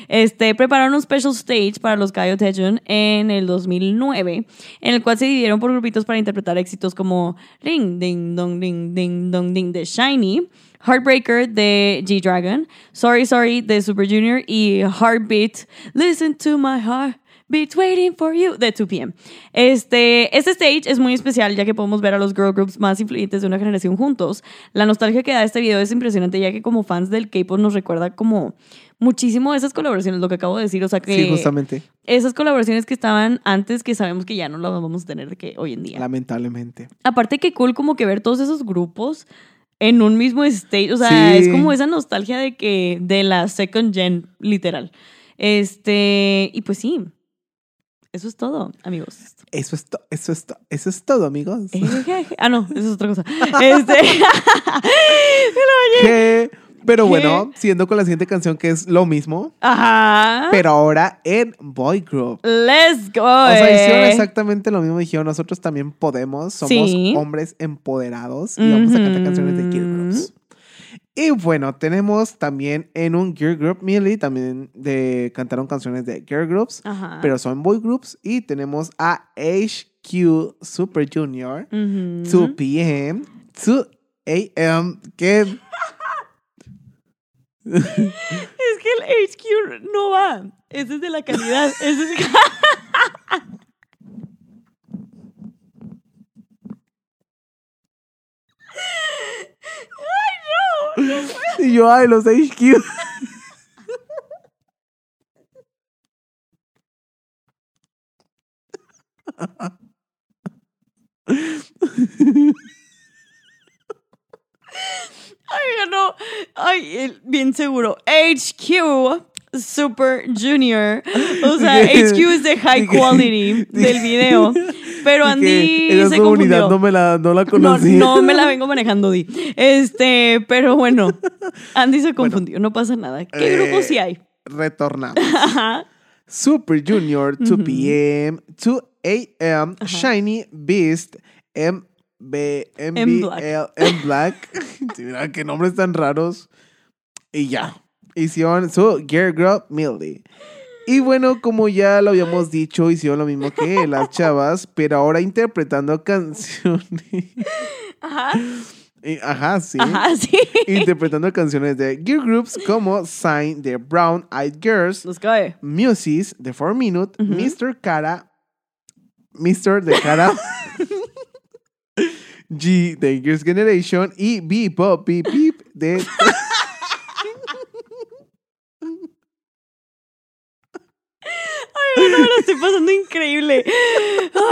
S2: Este, prepararon un special stage para los Gaio Taejun en el 2009, en el cual se dividieron por grupitos para interpretar éxitos como Ring, Ding, Dong, Ding, Ding, Dong, Ding de Shiny, Heartbreaker de G-Dragon, Sorry, Sorry de Super Junior y Heartbeat, Listen to My Heart. Beats Waiting for You de 2PM. Este, este stage es muy especial ya que podemos ver a los girl groups más influyentes de una generación juntos. La nostalgia que da este video es impresionante ya que como fans del K-pop nos recuerda como muchísimo esas colaboraciones, lo que acabo de decir, o sea que
S1: Sí, justamente.
S2: esas colaboraciones que estaban antes que sabemos que ya no las vamos a tener de que hoy en día.
S1: Lamentablemente.
S2: Aparte que cool como que ver todos esos grupos en un mismo stage, o sea,
S1: Sí.
S2: es como esa nostalgia de que de la second gen literal. Este, y pues sí. Eso es todo, amigos.
S1: Eso es, to- eso es, to- eso es todo, amigos.
S2: Ejeje. ah, no, eso es otra cosa. Este,
S1: ¿Qué? Pero
S2: ¿Qué?
S1: bueno, siguiendo con la siguiente canción que es lo mismo,
S2: ajá.
S1: pero ahora en Boy Group.
S2: Let's go.
S1: O sea, hicieron
S2: eh.
S1: exactamente lo mismo. Dijeron, nosotros también podemos. Somos
S2: Sí.
S1: hombres empoderados y vamos a cantar
S2: Ujú.
S1: canciones de Girl Groups. Y bueno, tenemos también en un Girl Group Millie, también de, cantaron canciones de Girl Groups,
S2: Ajá.
S1: pero son Boy Groups. Y tenemos a HQ Super Junior,
S2: Ujú.
S1: 2 p.m., 2 a.m., que
S2: Es que el HQ no va. Ese es de la calidad. Ese es... Ay, no.
S1: Y yo, ay, los HQ.
S2: Ay, no. Ay, el- bien seguro. HQ. Super Junior. O sea,
S1: Dije-
S2: HQ es de high
S1: dije-
S2: quality del
S1: dije-
S2: video. Pero
S1: Y que
S2: Andy
S1: esa
S2: se
S1: comunidad
S2: confundió.
S1: no me la, no la
S2: No,
S1: conocí.
S2: no me la vengo manejando, Di. Este, pero bueno, Andy se confundió, no pasa nada. ¿Qué
S1: Eh.
S2: grupo sí hay?
S1: Retornamos.
S2: Ajá.
S1: Super Junior, 2
S2: Ujú.
S1: PM, 2 AM,
S2: Ajá.
S1: Shiny Beast, MB,
S2: M Black.
S1: MBL, M Black. Sí, mira, qué nombres tan raros. Y ya. Hicieron su Girl Group Millie. Y bueno, como ya lo habíamos dicho, hicieron lo mismo que las chavas, pero ahora interpretando canciones.
S2: Ajá.
S1: Y- Ajá, sí.
S2: Ajá, sí.
S1: Interpretando canciones de Girl Groups como Sign de Brown Eyed Girls,
S2: Nos cae.
S1: Muses, The Four Minute,
S2: Ujú.
S1: Mr. Cara, Mr. de Cara, G, The Girls Generation y B, Pop, Beep, Beep de.
S2: Ay, bueno, me lo estoy pasando increíble.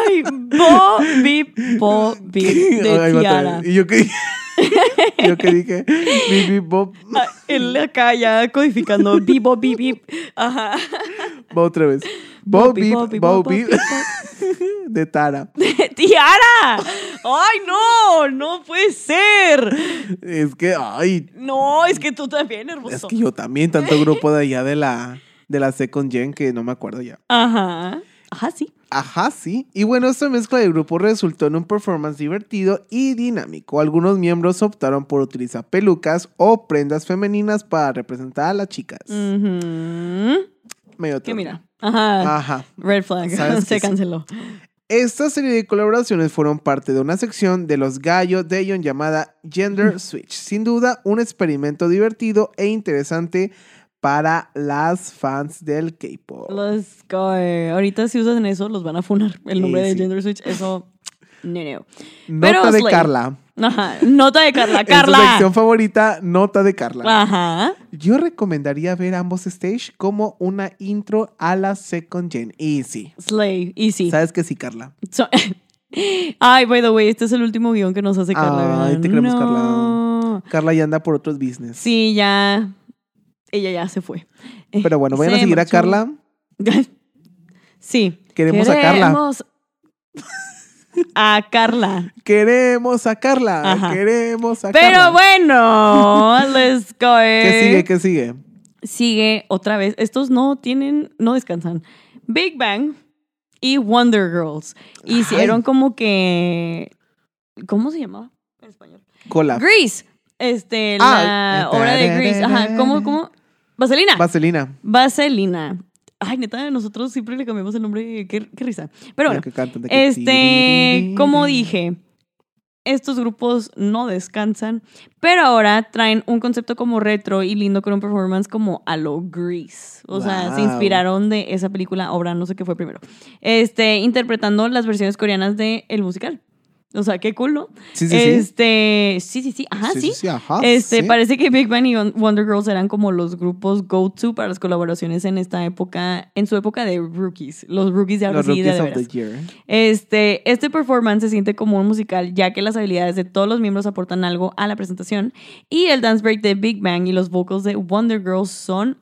S2: Ay, bo, bip, bo, bip
S1: Ay,
S2: de
S1: va otra
S2: Tiara.
S1: vez. Y yo que dije. yo que dije. Beep, Beep, Pop.
S2: Ah, Él acá ya codificando bip, bo, bip, bip. Ajá.
S1: Va otra vez. Bob,
S2: Bopi,
S1: Beep,
S2: bopi,
S1: Bob,
S2: bopi,
S1: Beep de Tara.
S2: ¡Tiara! ¡Ay, no! ¡No puede ser!
S1: Es que, ay.
S2: No, es que tú también,
S1: Es
S2: hermoso.
S1: que yo también, tanto grupo de allá de la, de la Second Gen que no me acuerdo ya.
S2: Ajá. Ajá, sí.
S1: Ajá, sí. Y bueno, esta mezcla de grupo resultó en un performance divertido y dinámico. Algunos miembros optaron por utilizar pelucas o prendas femeninas para representar a las chicas.
S2: Ujú.
S1: Medio
S2: Mm, Que
S1: turno.
S2: mira. Ajá.
S1: Ajá.
S2: Red flag.
S1: Ah, Sabes que
S2: Se
S1: sí.
S2: canceló.
S1: Esta serie de colaboraciones fueron parte de una sección de los gallos de Ion llamada
S2: Mm.
S1: Gender Switch. Sin duda, un experimento divertido e interesante para las fans del K-pop.
S2: Los coe. Ahorita si usan eso, los van a funar. El nombre
S1: Sí,
S2: de
S1: sí.
S2: Gender Switch, eso. No, no. Pero
S1: Nota de
S2: Slay.
S1: Carla.
S2: Ajá. Nota de Carla. Ah.
S1: En su
S2: Carla.
S1: sección favorita, nota de Carla.
S2: Ajá.
S1: Yo recomendaría ver ambos stage como una intro a la second gen. Easy.
S2: Slay. Easy.
S1: ¿Sabes que sí, Carla?
S2: So- Ay, by the way, este es el último guión que nos hace Carla.
S1: Ay,
S2: ¿verdad?
S1: te queremos, Carla.
S2: No.
S1: Carla ya anda por otros business.
S2: Sí, ya. Ella ya se fue. Eh,
S1: Pero bueno, vayan a
S2: se
S1: seguir a
S2: marchó.
S1: Carla.
S2: Sí.
S1: Queremos a Carla.
S2: Queremos A Carla.
S1: Queremos a Carla.
S2: Ajá.
S1: Queremos a Carla.
S2: Pero bueno, let's go.
S1: Ah,
S2: eh.
S1: ¿Qué sigue? ¿Qué sigue?
S2: Sigue otra vez. Estos no tienen, no descansan. Big Bang y Wonder Girls hicieron
S1: Ay.
S2: como que. ¿Cómo se llamaba en español?
S1: Cola.
S2: Grease. Este,
S1: Ah,
S2: la obra de Grease. Ajá, ¿cómo, cómo? Vaselina.
S1: Vaselina.
S2: Vaselina. Ay, neta, nosotros siempre le cambiamos el nombre. Qué, qué risa. Pero bueno,
S1: La que cantan de que
S2: este,
S1: tirirín.
S2: como dije, estos grupos no descansan, pero ahora traen un concepto como retro y lindo con un performance como a lo Grease. O sea, se
S1: Wow.
S2: inspiraron de esa película, obra, no sé qué fue primero. Este, interpretando las versiones coreanas de el musical. O sea, qué cool, ¿no?
S1: Sí, sí, sí.
S2: este, sí, sí, sí, ajá, sí.
S1: ajá,
S2: Este,
S1: Ah, sí.
S2: parece que Big Bang y Won- Wonder Girls eran como los grupos go-to para las colaboraciones en esta época, en su época de rookies, los rookies de ahora
S1: Los
S2: sí, de
S1: Rookies
S2: de
S1: of the
S2: veras.
S1: Year.
S2: Este, este performance se siente como un musical, ya que las habilidades de todos los miembros aportan algo a la presentación y el dance break de Big Bang y los vocals de Wonder Girls son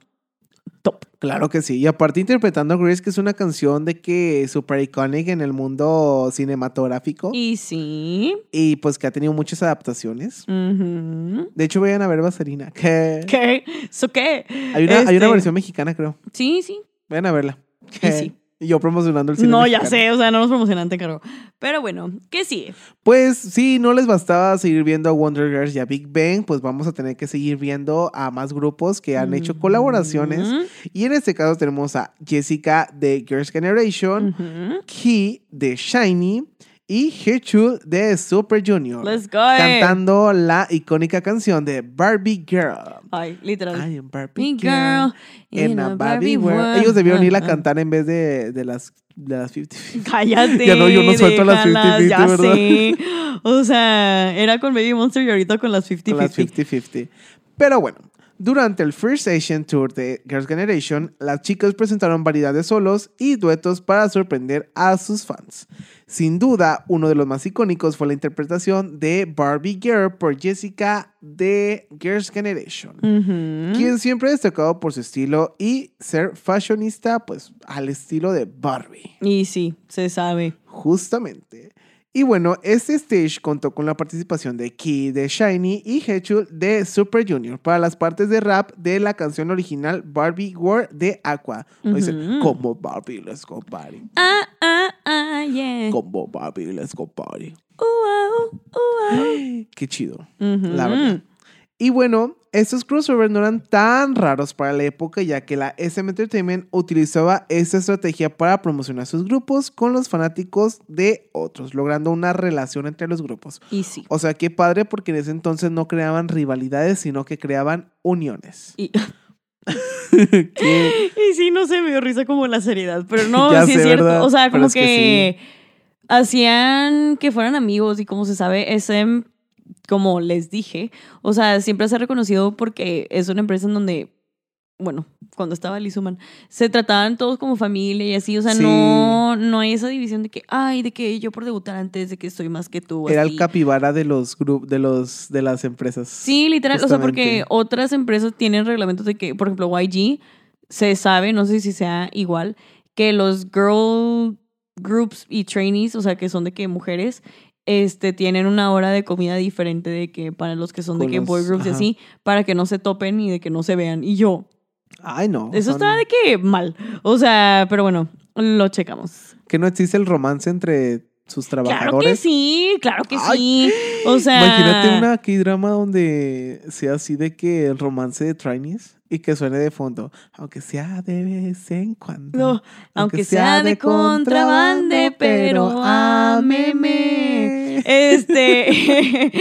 S2: top.
S1: Claro que sí. Y aparte interpretando Grace, que es una canción de que super icónica en el mundo cinematográfico.
S2: Y sí.
S1: y pues que ha tenido muchas adaptaciones.
S2: ujú.
S1: De hecho, vayan a ver Vaselina. que
S2: ¿Qué? ¿So qué?
S1: Hay una, hay
S2: Este,
S1: una versión mexicana, creo.
S2: Sí, sí.
S1: Vayan a verla.
S2: Y sí.
S1: Y yo promocionando el cine.
S2: No, ya
S1: mexicano.
S2: sé, o sea, no nos promocionan, te encargo. Pero bueno, ¿qué sigue?
S1: Pues sí, no les bastaba seguir viendo a Wonder Girls y a Big Bang, pues vamos a tener que seguir viendo a más grupos que han
S2: Mm.
S1: hecho colaboraciones.
S2: Ujú.
S1: Y en este caso tenemos a Jessica de Girls Generation,
S2: Ujú.
S1: Ki de Shiny y Hechu de Super Junior.
S2: Let's go.
S1: Cantando la icónica canción de Barbie Girl.
S2: Ay, literal.
S1: I am Barbie
S2: Big girl
S1: en a Barbie World. Ellos debieron
S2: Ah,
S1: ir a cantar en vez de, de las de las 50.
S2: Cállate.
S1: Ya no, yo no suelto las
S2: déjalas,
S1: 50-50,
S2: ya
S1: ¿verdad?
S2: sé. O sea, era con Baby Monster y ahorita con las 50-50.
S1: Con las 50-50. Pero bueno, Durante el First Asian Tour de Girls' Generation, las chicas presentaron variedad de solos y duetos para sorprender a sus fans. Sin duda, uno de los más icónicos fue la interpretación de Barbie Girl por Jessica de Girls' Generation, quien siempre ha destacado por su estilo y ser fashionista, pues al estilo de Barbie.
S2: Y sí, se sabe.
S1: Justamente. Y bueno, este stage contó con la participación de Key de Shiny y Hechul de Super Junior para las partes de rap de la canción original Barbie World de Aqua. Lo dice,
S2: Ujú.
S1: como Barbie, let's go party.
S2: Ah, ah, ah, yeah.
S1: Como Barbie, let's go party.
S2: Uh, uh, uh, uh.
S1: Qué chido.
S2: Ujú.
S1: la verdad. Y bueno, estos crossovers no eran tan raros para la época, ya que la SM Entertainment utilizaba esta estrategia para promocionar sus grupos con los fanáticos de otros, logrando una relación entre los grupos.
S2: Y sí.
S1: O sea, qué padre, porque en ese entonces no creaban rivalidades, sino que creaban uniones.
S2: Y,
S1: Que-
S2: y sí, no se me dio risa como la seriedad, pero no,
S1: Ya
S2: sí
S1: sé,
S2: es cierto.
S1: ¿verdad?
S2: O sea,
S1: Pero
S2: como
S1: es
S2: que,
S1: que
S2: hacían que fueran amigos y como se sabe, SM, como les dije, o sea, siempre se ha reconocido porque es una empresa en donde, bueno, cuando estaba Liz Human, se trataban todos como familia y así, o sea,
S1: Sí.
S2: no, no hay esa división de que, ay, de que yo por debutar antes, de que estoy más que tú.
S1: era
S2: así.
S1: el capibara de los grupos, de los, de las empresas.
S2: Sí, literal. O sea, porque
S1: Justamente.
S2: otras empresas tienen reglamentos de que, por ejemplo, YG se sabe, no sé si sea igual, que los girl groups y trainees, o sea, que son de que mujeres, este, tienen una hora de comida diferente de que para los que son de
S1: Con
S2: que boy
S1: los-
S2: groups y
S1: ajá.
S2: así, para que no se topen y de que no se vean. Y yo,
S1: Ay, no.
S2: eso
S1: son-
S2: está de que mal. O sea, pero bueno, lo checamos.
S1: Que no existe el romance entre sus trabajadores.
S2: Claro que sí, claro que
S1: Ay.
S2: sí. O sea,
S1: Imagínate una K-drama donde sea así de que el romance de trainees y que suene de fondo, aunque sea de vez en cuando.
S2: No, aunque sea de contrabande, pero ámeme. Este.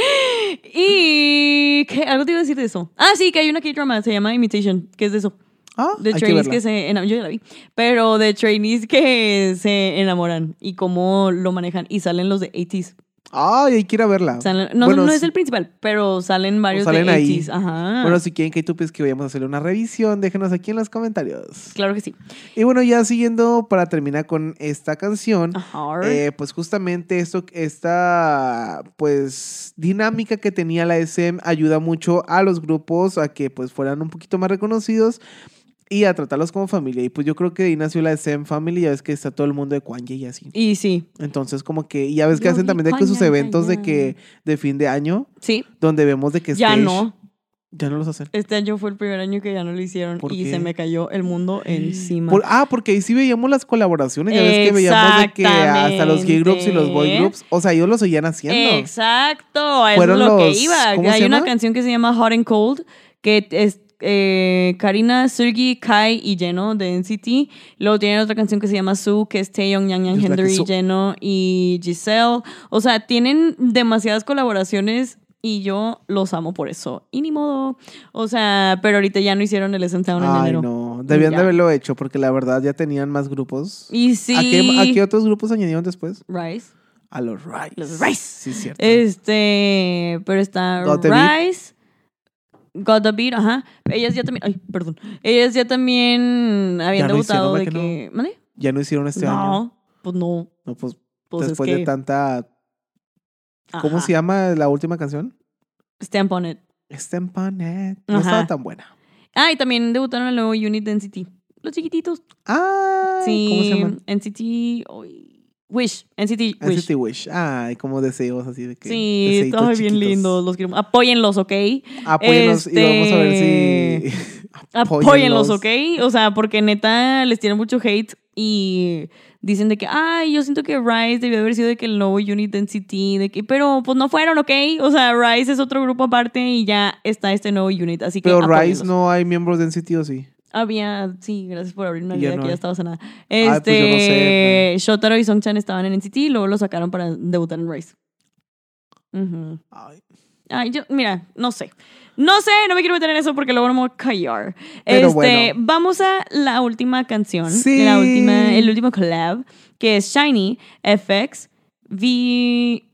S2: y. ¿qué? Algo te iba a decir de eso. Ah, sí, que hay una K-drama, se llama Imitation, que es de eso.
S1: Ah,
S2: De
S1: hay que
S2: trainees que,
S1: verla.
S2: se enamoran. Yo ya la vi. Pero de trainees que se enamoran y cómo lo manejan. Y salen los de 80s.
S1: Ay, hay que ir a verla.
S2: Salen- no,
S1: Ah. Bueno,
S2: no
S1: sí.
S2: es el principal, pero salen varios
S1: salen
S2: de
S1: ahí.
S2: 80s. Ajá.
S1: Bueno, si quieren que tú pienses que vayamos a hacerle una revisión, déjenos aquí en los comentarios.
S2: claro que sí.
S1: Y bueno, ya siguiendo para terminar con esta canción,
S2: Ajá.
S1: eh, pues justamente esto, esta pues dinámica que tenía la SM ayuda mucho a los grupos a que pues fueran un poquito más reconocidos y a tratarlos como familia. Y pues yo creo que de ahí nació la SM Family, ya ves que está todo el mundo de Kwan Ye y así.
S2: y sí.
S1: Entonces como que, y ya ves que
S2: Yo
S1: hacen
S2: vi
S1: también de que
S2: Kwan
S1: sus
S2: Ye, ya,
S1: eventos de
S2: ya.
S1: que de fin de año,
S2: Sí.
S1: donde vemos de que
S2: Ya
S1: stage-
S2: no.
S1: ya no los hacen.
S2: Este año fue el primer año que ya no lo hicieron
S1: ¿Por
S2: y
S1: qué?
S2: se me cayó el mundo encima.
S1: Por- ah, porque ahí sí veíamos las colaboraciones, ya ves que veíamos de que hasta los gay groups y los boy
S2: Exactamente.
S1: groups, o sea, ellos lo seguían haciendo.
S2: Exacto, es
S1: Fueron
S2: lo
S1: los-
S2: que iba.
S1: ¿cómo
S2: Hay
S1: se
S2: una
S1: llama?
S2: canción que se llama Hot and Cold que es eh, Karina, Sergi, Kai y Jeno de NCT. Luego tienen otra canción que se llama Su, que es Taeyong,
S1: Es
S2: Yang
S1: la
S2: Yang,
S1: que
S2: Henry,
S1: Su-
S2: Jeno y Giselle. O sea, tienen demasiadas colaboraciones y yo los amo por eso. Y ni modo. O sea, pero ahorita ya no hicieron el SM Town en
S1: Ay,
S2: enero.
S1: no, debían
S2: Ya.
S1: de haberlo hecho porque la verdad ya tenían más grupos.
S2: Y sí.
S1: ¿A, qué, a qué otros grupos añadieron después?
S2: Rice.
S1: A los Rice.
S2: Los Rice.
S1: Sí, cierto.
S2: Este, pero está
S1: Ah. Got the Beat.
S2: Rice. Got the Beat, ajá. Ellas ya también, ay, perdón. Ellas ya también habían
S1: Ya lo hicieron,
S2: debutado
S1: ¿verdad
S2: de
S1: que
S2: que,
S1: no?
S2: ¿mande?
S1: ya no hicieron este año.
S2: no, pues no,
S1: No, pues,
S2: pues
S1: después
S2: es que
S1: de tanta. ¿Cómo
S2: ajá.
S1: se llama la última canción?
S2: Stamp on it.
S1: Stamp on it. No
S2: Ajá.
S1: estaba tan buena.
S2: Ah, y también debutaron el nuevo Unit de NCT. Los chiquititos.
S1: Ah,
S2: sí,
S1: ¿cómo se llama?
S2: NCT ay, Wish, NCT Wish.
S1: NCT Wish. Ay, como deseos así de que.
S2: Sí,
S1: deseitos
S2: todos bien
S1: chiquitos.
S2: lindos, los queremos. Apóyenlos, ¿ok?
S1: Apóyenlos
S2: Este,
S1: y vamos a ver si.
S2: Apóyenlos, ¿ok? O sea, porque neta les tienen mucho hate y dicen de que, ay, yo siento que Rise debió haber sido de que el nuevo Unit Density, de que, pero pues no fueron, ¿ok? O sea, Rise es otro grupo aparte y ya está este nuevo Unit, así que.
S1: Pero
S2: apóyenlos.
S1: Rice no hay miembros de NCT o sí.
S2: Había, sí, gracias por abrir una
S1: Y ya
S2: vida
S1: no
S2: que ya
S1: hay.
S2: estaba sanada. Este,
S1: Ah, pues yo no sé,
S2: Shotaro y Songchan estaban en NCT y luego lo sacaron para debutar en Rise. Ujú.
S1: Ay.
S2: Ay, yo, mira, no sé. No sé, no me quiero meter en eso porque luego no me voy a callar.
S1: Pero
S2: este,
S1: bueno.
S2: vamos a la última canción.
S1: Sí.
S2: La última, el último collab, que es Shiny FX V.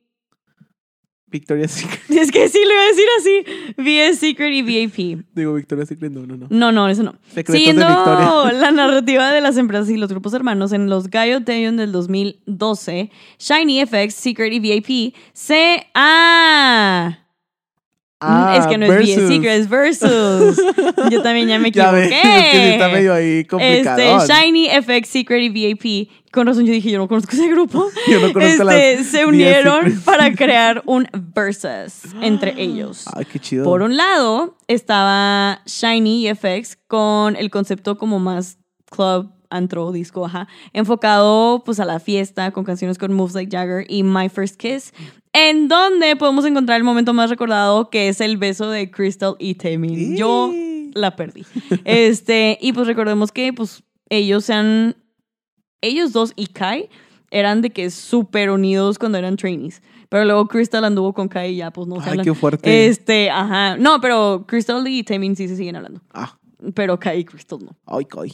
S1: Victoria's Secret.
S2: Es que sí, le iba a decir así. VS Secret y VAP.
S1: Digo, Victoria's Secret, no, no, no.
S2: No, no, eso no.
S1: Secretos de
S2: Siguiendo
S1: Victoria.
S2: la narrativa de las empresas y los grupos hermanos en los Gaio Taeyeon del 2012, Shiny FX, Secret y VAP se... ¡Ah! Mm, es que no es VS
S1: Ah, versus.
S2: Secret, es Versus. Yo también ya me equivoqué.
S1: Ya ves, es que sí está medio ahí complicado.
S2: Este, Shiny, FX, Secret y VAP. Con razón yo dije, yo no conozco ese grupo.
S1: Yo no conozco
S2: Este,
S1: las
S2: se
S1: 10
S2: unieron
S1: secrets.
S2: para crear un versus entre ellos.
S1: Ay, qué chido.
S2: Por un lado estaba Shiny y FX con el concepto como más club, antro, disco, ajá, enfocado pues a la fiesta con canciones con Moves Like Jagger y My First Kiss, en donde podemos encontrar el momento más recordado que es el beso de Crystal y Taemin. Yo
S1: Y-
S2: la perdí. Este, y pues recordemos que pues ellos sean ellos dos y Kai eran de que súper unidos cuando eran trainees. Pero luego Crystal anduvo con Kai y ya pues no se
S1: Ay,
S2: hablan.
S1: qué fuerte.
S2: Este, ajá. No, pero Crystal y Taemin sí se siguen hablando.
S1: Ah,
S2: Pero Kai y Crystal no.
S1: ay, ay.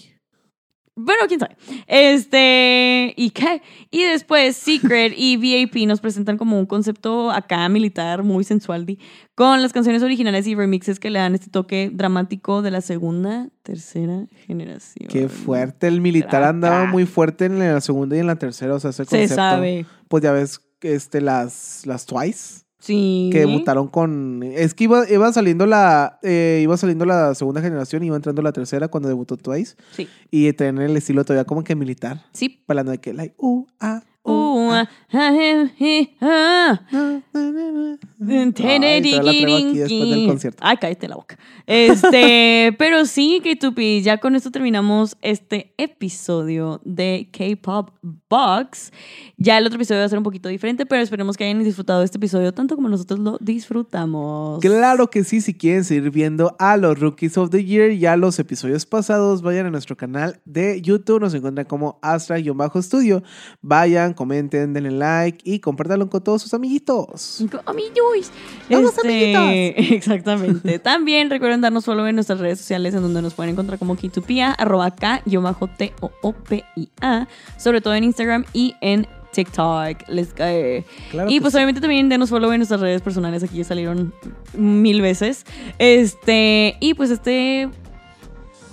S2: Pero quién sabe. Este, y Kai. Y después Secret y VAP nos presentan como un concepto acá militar muy sensual, di, con las canciones originales y remixes que le dan este toque dramático de la segunda, tercera generación.
S1: Qué fuerte. El militar
S2: Trata.
S1: andaba muy fuerte en la segunda y en la tercera. O sea, ese
S2: Se
S1: concepto.
S2: sabe.
S1: Pues ya ves, este, las, las Twice.
S2: Sí.
S1: que debutaron con es que iba, iba saliendo la eh, iba saliendo la segunda generación iba entrando la tercera cuando debutó Twice
S2: Sí.
S1: y tenían el estilo todavía como que militar
S2: Sí.
S1: hablando de que like uh ah
S2: Uh,
S1: uh, ah,
S2: ah, eh, eh, ah.
S1: na, na, na, na.
S2: Ay,
S1: Ay, todavía la traigo aquí después del concierto
S2: Ay, cállate la boca. Este, pero sí, K2P, ya con esto terminamos este episodio de K-Pop Box. Ya el otro episodio va a ser un poquito diferente, pero esperemos que hayan disfrutado este episodio tanto como nosotros lo disfrutamos.
S1: Claro que sí, si quieren seguir viendo a los Rookies of the Year y a los episodios pasados, vayan a nuestro canal de YouTube, nos encuentran como Astra-Studio. Vayan, comenten, denle like y compártanlo con todos sus amiguitos.
S2: Amigos.
S1: Vamos,
S2: amiguitos. Este, Exactamente. También recuerden darnos follow en nuestras redes sociales en donde nos pueden encontrar como Kitupia, arroba K, guión bajo T O O P I A, sobre todo en Instagram y en TikTok. Let's go.
S1: Claro
S2: y
S1: que
S2: pues
S1: sí.
S2: obviamente también denos follow en nuestras redes personales, aquí ya salieron mil veces. Este, y pues este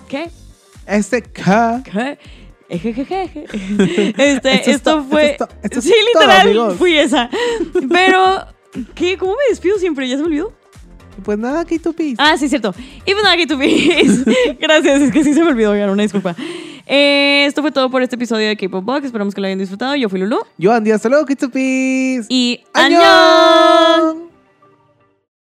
S2: ¿qué?
S1: Este K.
S2: ¿Qué? Ejejejeje.
S1: Eso
S2: Este,
S1: es
S2: esto
S1: todo,
S2: fue.
S1: eso es todo, eso es
S2: sí,
S1: todo,
S2: literal,
S1: amigos.
S2: fui esa. Pero, ¿qué? ¿Cómo me despido siempre? ¿Ya se me olvidó?
S1: Pues nada, K2P.
S2: Ah, sí, cierto. Y pues nada, que tú Gracias, es que sí se me olvidó, oigan, una disculpa. Eh, esto fue todo por este episodio de K-Pop Box. Esperamos que lo hayan disfrutado. Yo fui Lulu.
S1: Yo, Andy, hasta luego, K2P.
S2: Y ¡Añón!
S1: ¡Añón!